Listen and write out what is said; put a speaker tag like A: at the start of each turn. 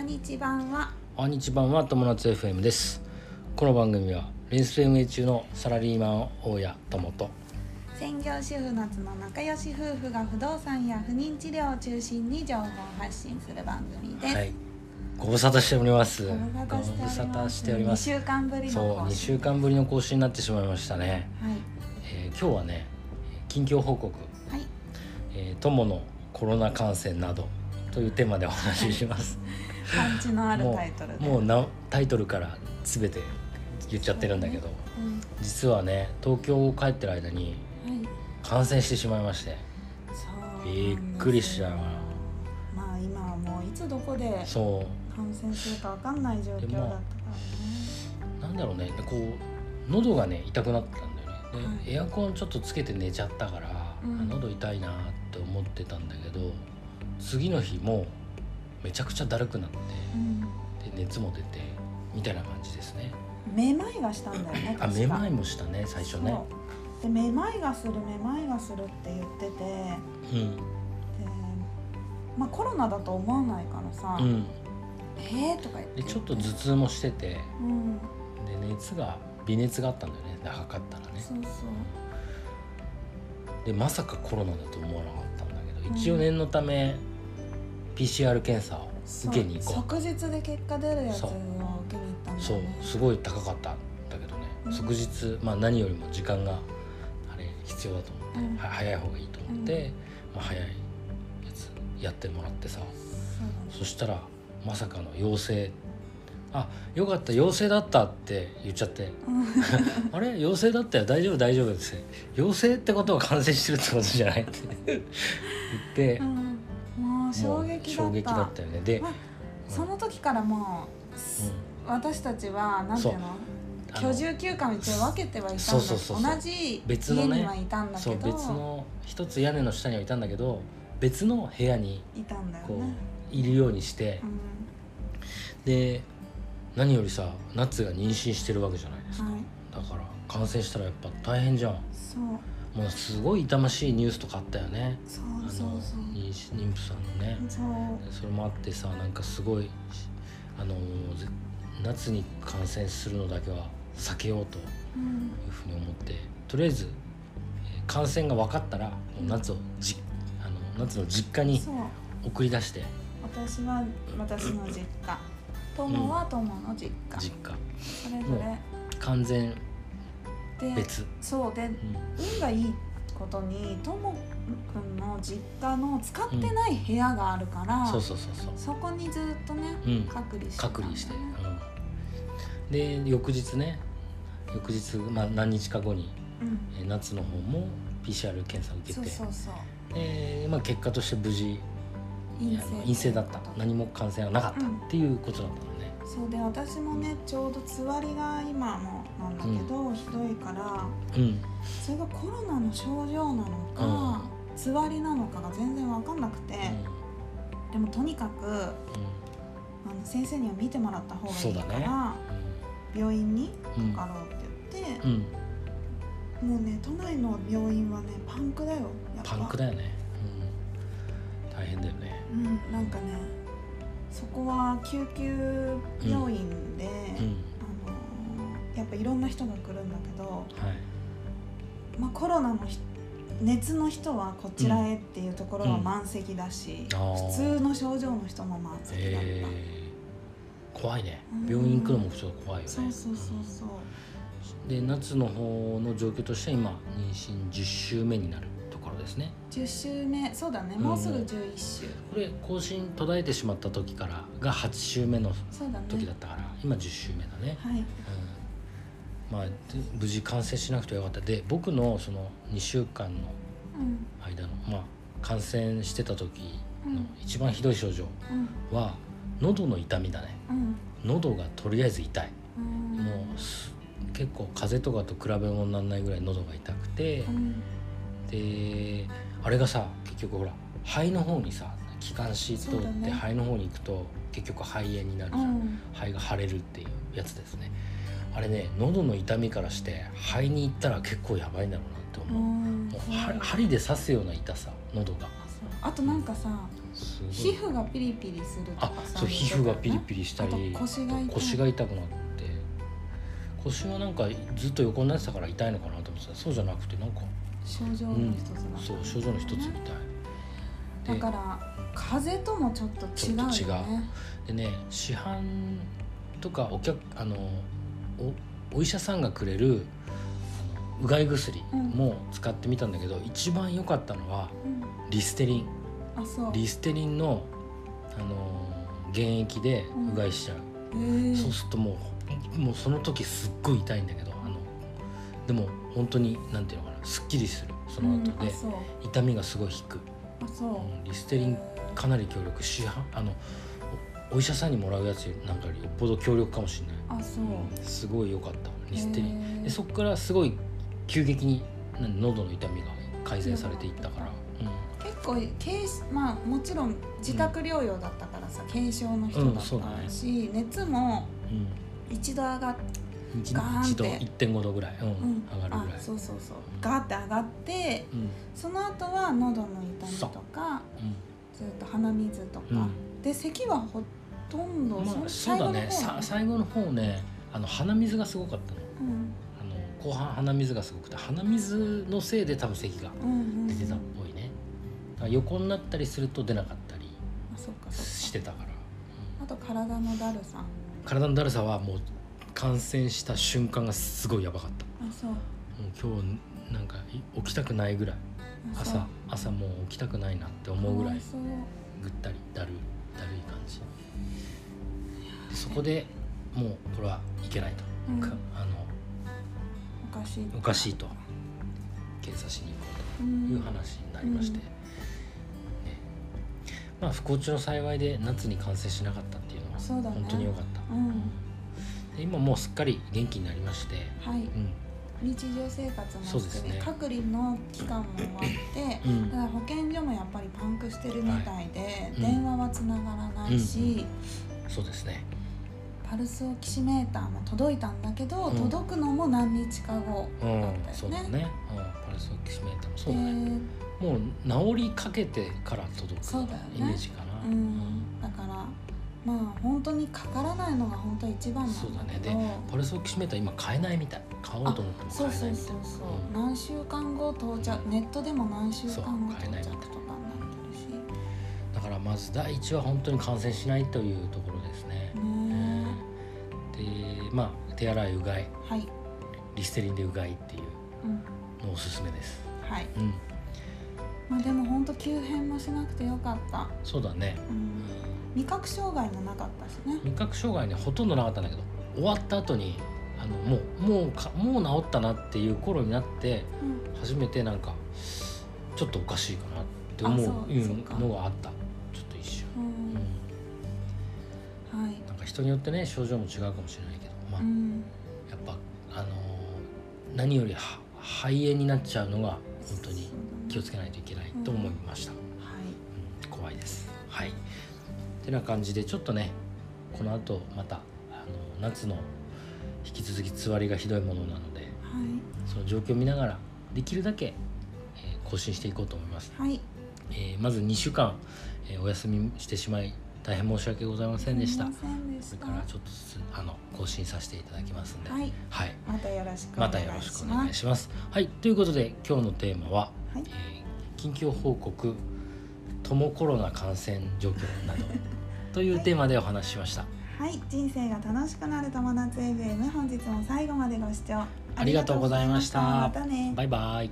A: んにちはは
B: こんにちは友達 FM ですこの番組はレース MA 中のサラリーマン大家友と
A: 専業主婦夏の仲良し夫婦が不動産や不妊治療を中心に情報を発信する番組です、
B: はいご無沙汰しております
A: ご無沙汰しております
B: ご
A: 2週
B: 無沙汰しております
A: 間ぶりの
B: そう
A: 更
B: 2
A: 新
B: 週間ぶりの更新になってしまいましたね、
A: は
B: えー今日はね近況報告、
A: い、はい、
B: えー友のコロナ感染などというテーマでお話しします
A: パンチのある
B: もう
A: タイトルで
B: もうなタイトルから全て言っちゃってるんだけど、実はね東京を帰ってる間に
A: うんはい
B: 感染してしまいまして
A: そうなんです
B: びっくりしちゃうな
A: まあ今はもういつどこで
B: そ
A: 感染するかわかんない状況だったからね
B: うなんだろうねでこう喉がね痛くなったんだよねで、エアコンちょっとつけて寝ちゃったから、
A: うん
B: あ喉痛いなって思ってたんだけど次の日もめちゃくちゃだるくなって
A: うん
B: で熱も出てみたいな感じですね
A: めまいがしたんだよね
B: あ
A: 確か
B: めまいもしたね最初ね
A: そうでめまいがするめまいがするって言っててで、
B: うん
A: まあ、コロナだと思わないからさ「
B: うん
A: えー?」とか言って
B: でちょっと頭痛もしてて
A: うん
B: で熱が微熱があったんだよね長かったらね
A: そうそう
B: でまさかコロナだと思わなかったんだけ
A: う
B: ど
A: ん
B: 一応念のため PCR 検査を
A: そう
B: 受けに行こ
A: 即日で結果出るやつ
B: そ
A: を
B: う
A: 受けに行ったん
B: う
A: だ
B: そ
A: よ
B: う
A: ね
B: すごい高かったんだけどね
A: うん
B: 即日、まあ、何よりも時間があれ必要だと思って、
A: うん
B: は早い方がいいと思って、まあ、早いやつやってもらってさ
A: そうだね
B: そしたらまさかの陽性あよかった陽性だったって言っちゃって
A: うん
B: あれ陽性だったよ大丈夫大丈夫です陽性ってことは感染してるってことじゃないって言って、
A: うんもう
B: も
A: 衝
B: う
A: 撃だった
B: 衝撃だったよねで、
A: まあその時からもうす、私たちはなんていうの
B: あ
A: 居
B: の
A: 住休暇を一応分けてはいたんだ
B: そうそうそうそう
A: 同じ
B: 別のね
A: 家にはいたんだけ
B: そう
A: ど
B: 別の一つ屋根の下にはいたんだけど別の部屋に
A: いたんだよ
B: こう、
A: ね、
B: いるようにして
A: う、ん
B: で何よりさナッツが妊娠してるわけじゃないですか、
A: はい、
B: だから感染したらやっぱ大変じゃん
A: そう
B: もうすごい痛ましいニュースとかあったよね
A: そう
B: あの
A: そうそう
B: 妊娠妊婦さんのね、
A: そう
B: それもあってさなんかすごいあのぜ夏に感染するのだけは避けようとい
A: うん
B: うふうに思ってとりあえずえー感染が分かったらもう夏をじあの夏の実家に
A: そう
B: 送り出して
A: 私は私の実家友は友の実家、
B: 実家
A: それぞ
B: 完全
A: れで
B: 別、
A: そうで
B: うん
A: 運がいいことに友くんの実家の使ってない部屋があるから、
B: そうそうそうそう
A: そこにずっとね、
B: うん
A: 隔離してたんだよね
B: 隔離して、うん、で翌日ね翌日、まあ、何日か後に
A: うん、
B: えー夏の方も PCR 検査を受け
A: そ
B: て
A: うそうそう
B: でまあ、結果として無事
A: 陰
B: あの陰性だった何も感染はなかった
A: うん
B: っていうことだったのね、
A: そうで私もねちょうどつわりが今もなんだけど、ひどいから
B: うん
A: それがコロナの症状なのか、つわりなのかが全然分かんなくて、でもとにかくあ
B: う
A: の先生には見てもらった方がいい
B: そう
A: か
B: だね
A: ら、病院に
B: ん
A: かかろうって言って
B: う、ん、うん、
A: もうね都内の病院はねパンクだよやっぱ
B: パンクだよね、うん、大変だよね
A: うんなんかねそこは救急病院で、
B: うん
A: あのやっぱいろんな人が来るんだけど、
B: はい
A: まあ、コロナのひ熱の人はこちらへっていうところは
B: うん
A: 満席だし、
B: あー
A: 普通の症状の人も満席だった、
B: えー、怖いね
A: うん
B: 病院来るのもちょっと怖いよね
A: そうそうそうそう
B: で夏の方の状況として今妊娠10週目になるところですね
A: 10週目そうだね
B: うん
A: もうすぐ11週、
B: これ更新途絶えてしまった時からが8週目の
A: そうだね
B: 時だったから今10週目だね、
A: はい
B: うんまあ、で無事感染しなくてよかったで僕のその2週間の
A: うん
B: 間の、まあ、感染してた時
A: うん
B: の一番ひどい症状
A: うん
B: は喉の痛みだね
A: うん
B: 喉がとりあえず痛い
A: うん
B: もうす結構風邪とかと比べ物にならないぐらい喉が痛くて
A: うん
B: であれがさ結局ほら肺の方にさ気管支通
A: そう
B: っ
A: だね
B: て肺の方に行くと結局肺炎になるじ
A: う
B: ゃん、
A: ん
B: 肺が腫れるっていうやつですねあれね喉の痛みからして肺に行ったら結構やばいんだろうなって
A: う
B: 思う,、
A: ん
B: もう
A: そう
B: は針で刺すような痛さ喉が
A: そうあとなんかさ
B: すごい
A: 皮膚がピリピリするとか
B: あそう皮膚がピリピリしたり
A: あと腰が痛い
B: 腰が痛くなって腰はなんかずっと横になってたから痛いのかなと思ってたそうじゃなくてなんか
A: 症状の一つだ、
B: そう症状の一つみたい
A: だから風邪ともちょっと違うよね
B: ちょっと違でね市販とかお客あのおお医者さんがくれるあのうがい薬も使ってみたんだけど、一番良かったのは
A: うん
B: リステリン
A: あそう
B: リステリンの、あのー原液で
A: うん
B: うがいしちゃう、
A: へー
B: そうするともうもうその時すっごい痛いんだけどあのでも本当になんていうのかなすっきりするその
A: う
B: 後
A: ん
B: で
A: あ、そう
B: 痛みがすごい引く、
A: あそう
B: うんリステリンかなり強力市販あのおお医者さんにもらうやつなんかよりよっぽど強力かもしれない、
A: あそう
B: うんすごい良かったリステリン、
A: ン
B: でそこからすごい急激にな喉の痛みが改善されていったから、
A: 結構軽しまあもちろん自宅療養だったからさ、軽症の人だったし、
B: うんそうだね
A: 熱も
B: うんうん、
A: 一度上がっ
B: 一
A: ガーンって
B: 一度1.5度ぐらい、うん
A: うん
B: 上がるぐら
A: あ
B: い。
A: そうそうそうガーって上がって
B: うん
A: その後は喉の痛みとかずっと鼻水とか、
B: うん
A: で咳はほとんど、
B: うんまあ、
A: そ
B: そう
A: の
B: だね
A: 最後の
B: さ
A: 方
B: 最後の方ねあの鼻水がすごかったの
A: うん
B: あの後半鼻水がすごくて鼻水のせいで多分咳が
A: うんうん
B: 出てたっぽいね、だから横になったりすると出なかったり
A: あそっかそ
B: し
A: って
B: たから、
A: かあと体のだるさ
B: うん体のだるさはもう感染した瞬間がすごいやばかった
A: あそう
B: もう今日なんかい起きたくないぐらい
A: あそう
B: 朝朝もう起きたくないなって思うぐらい
A: かわそう
B: ぐったりだるだるい感じでそこでもうこれはいけないと、
A: うん
B: かあ
A: おかしい
B: のおかしいと検査しに行こ
A: う
B: うというん話になりまして、
A: うん
B: ねまあ不幸中の幸いで夏に感染しなかったっていうのは
A: そうだね
B: 本当に良かった、
A: うん
B: で今もうすっかり元気になりまして、
A: はい
B: うん
A: 日常生活も
B: そうですね
A: 隔離の期間も終わって
B: う、ん
A: だから保健所もやっぱりパンクしてるみたいで、
B: うん
A: 電話はつながらないし、
B: そうですね
A: パルスオキシメーターも届いたんだけど、
B: うん
A: 届くのも何日か後
B: う
A: だ
B: ん
A: ったよね。
B: そうだね、うん、パルスオキシメーターも
A: で
B: そうだね、もう治りかけてから届く
A: そうだよね
B: イメージかな、
A: うん、だからまあ本当にかからないのが本当一番なんだけど
B: そうだねでパルスオキシメーター今買えないみたい買おうと思っても
A: そう
B: 買えな
A: そ
B: いうみた
A: そ
B: いうな
A: そう、
B: う
A: 何週間後到着ネットでも何週間後
B: そう買
A: 到
B: えない
A: 着とか
B: みたい
A: になってるし
B: んだからまず第一は本当に感染しないというところですね、
A: ね
B: でまあ手洗いうがい
A: えはい、
B: リステリンでうがいっていう
A: うん、
B: のをおすすめです
A: はい
B: うん
A: まあでも本当急変もしなくてよかった、
B: そうだね、
A: う
B: うん
A: ん、味覚障害もなかったしね
B: 味覚障害ねほとんどなかったんだけど終わった後にあのもうもうかもう治ったなっていう頃になって
A: うん
B: 初めてなんかちょっとおかしいかなって思
A: あそうう
B: い
A: そう
B: う
A: か
B: のがあったちょっと一瞬、
A: うん
B: うん
A: はい
B: なんか人によってね症状も違うかもしれないけど、まあ
A: うん
B: やっぱ、あのー何よりは肺炎になっちゃうのが本当に気をつけないといけないと思いました、
A: そうだね
B: うん怖いですはいてな感じでちょっとねこの後また、あの夏の引き続きつわりがひどいものなのでその状況を見ながらできるだけ、えー更新していこうと思います、
A: はいはいはい
B: えーまず2週間、えーお休みしてしまい大変申し訳ございませんでした
A: すいませんでし
B: それ
A: た
B: からちょっとずつあの更新させていただきますんで、は、
A: はいいまたよろしくお
B: また
A: 願い
B: よろしく
A: し
B: お願
A: ま
B: い
A: す
B: します。はい、ということで今日のテーマは、
A: はい
B: えー緊急報告友コロナ感染状況 などというテーマでお話ししました。
A: はい人生が楽しくなる友達 FM 本日も最後までご視聴
B: ありがとうございました
A: またね
B: バイバイ。